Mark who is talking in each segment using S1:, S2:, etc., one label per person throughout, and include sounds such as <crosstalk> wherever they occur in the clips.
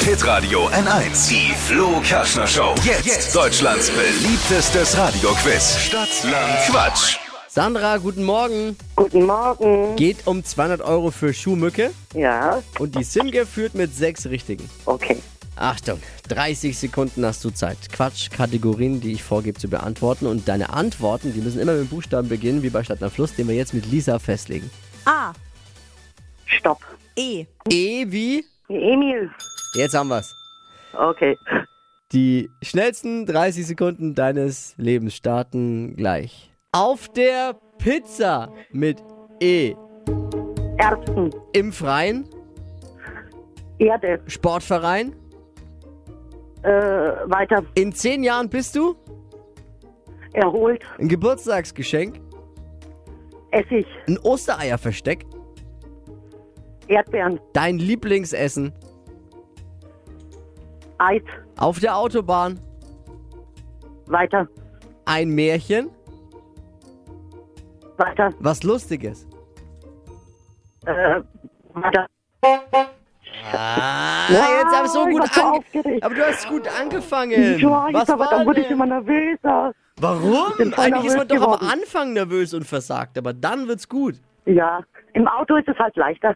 S1: Hitradio N1. Die Flo Kaschner Show. Jetzt. Deutschlands beliebtestes Radioquiz. Stadt, Land, Quatsch.
S2: Sandra, guten Morgen.
S3: Guten Morgen.
S2: Geht um 200 Euro für Schuhmücke
S3: Ja,
S2: und die Simge führt mit sechs Richtigen.
S3: okay.
S2: Achtung, 30 Sekunden hast du Zeit, Quatsch-Kategorien, die ich vorgebe, zu beantworten. Und deine Antworten, die müssen immer mit dem Buchstaben beginnen, wie bei Stadt nach Fluss, den wir jetzt mit Lisa festlegen.
S4: A.
S3: Stopp.
S4: E.
S2: E wie?
S3: Emil.
S2: Jetzt haben wir's.
S3: Okay.
S2: Die schnellsten 30 Sekunden deines Lebens starten gleich. Auf der Pizza mit E.
S3: Erbsen.
S2: Im Freien,
S3: Erde.
S2: Sportverein.
S3: Äh, weiter.
S2: In 10 Jahren bist du
S3: Erholt.
S2: ein Geburtstagsgeschenk,
S3: Essig.
S2: ein Ostereierversteck,
S3: Erdbeeren.
S2: dein Lieblingsessen,
S3: Eis.
S2: auf der Autobahn,
S3: Weiter.
S2: ein Märchen,
S3: Weiter.
S2: was Lustiges.
S3: Äh, weiter.
S2: Ah, jetzt aber so
S3: ich
S2: gut
S3: war so
S2: an-
S3: aufgeregt.
S2: Aber du hast gut angefangen.
S3: Ja, ich
S2: was
S3: aber
S2: war
S3: dann wurde ich
S2: denn?
S3: immer nervöser.
S2: Warum?
S3: bin voll
S2: Eigentlich ist man
S3: nervös
S2: doch
S3: geworden.
S2: am Anfang nervös und versagt, aber dann wird's gut.
S3: Ja, im Auto ist es halt
S2: <laughs>
S3: leichter.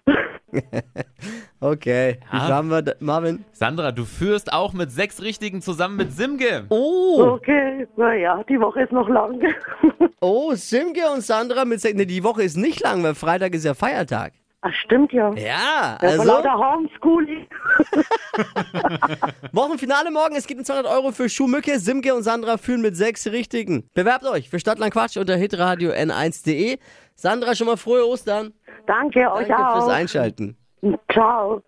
S2: Okay, wie
S5: Ja.
S2: haben wir da, Marvin?
S5: Sandra, du führst auch mit sechs Richtigen zusammen mit Simge.
S2: Oh,
S3: Okay, naja, die Woche ist noch lang. <laughs>
S2: oh, Simke und Sandra mit Sek- nee, die Woche ist nicht lang, weil Freitag ist ja Feiertag.
S3: Ach, stimmt ja.
S2: Ja,
S3: Ja,
S2: also
S3: Vor lauter Homeschooling.
S2: Wochenfinale morgen. Es gibt ein 200 Euro für Schuhmücke. Simke und Sandra führen mit sechs Richtigen. Bewerbt euch für Stadtland Quatsch unter hitradio n1.de. Sandra, schon mal frohe Ostern.
S3: Danke, euch
S2: Danke
S3: auch.
S2: fürs Einschalten.
S3: Ciao.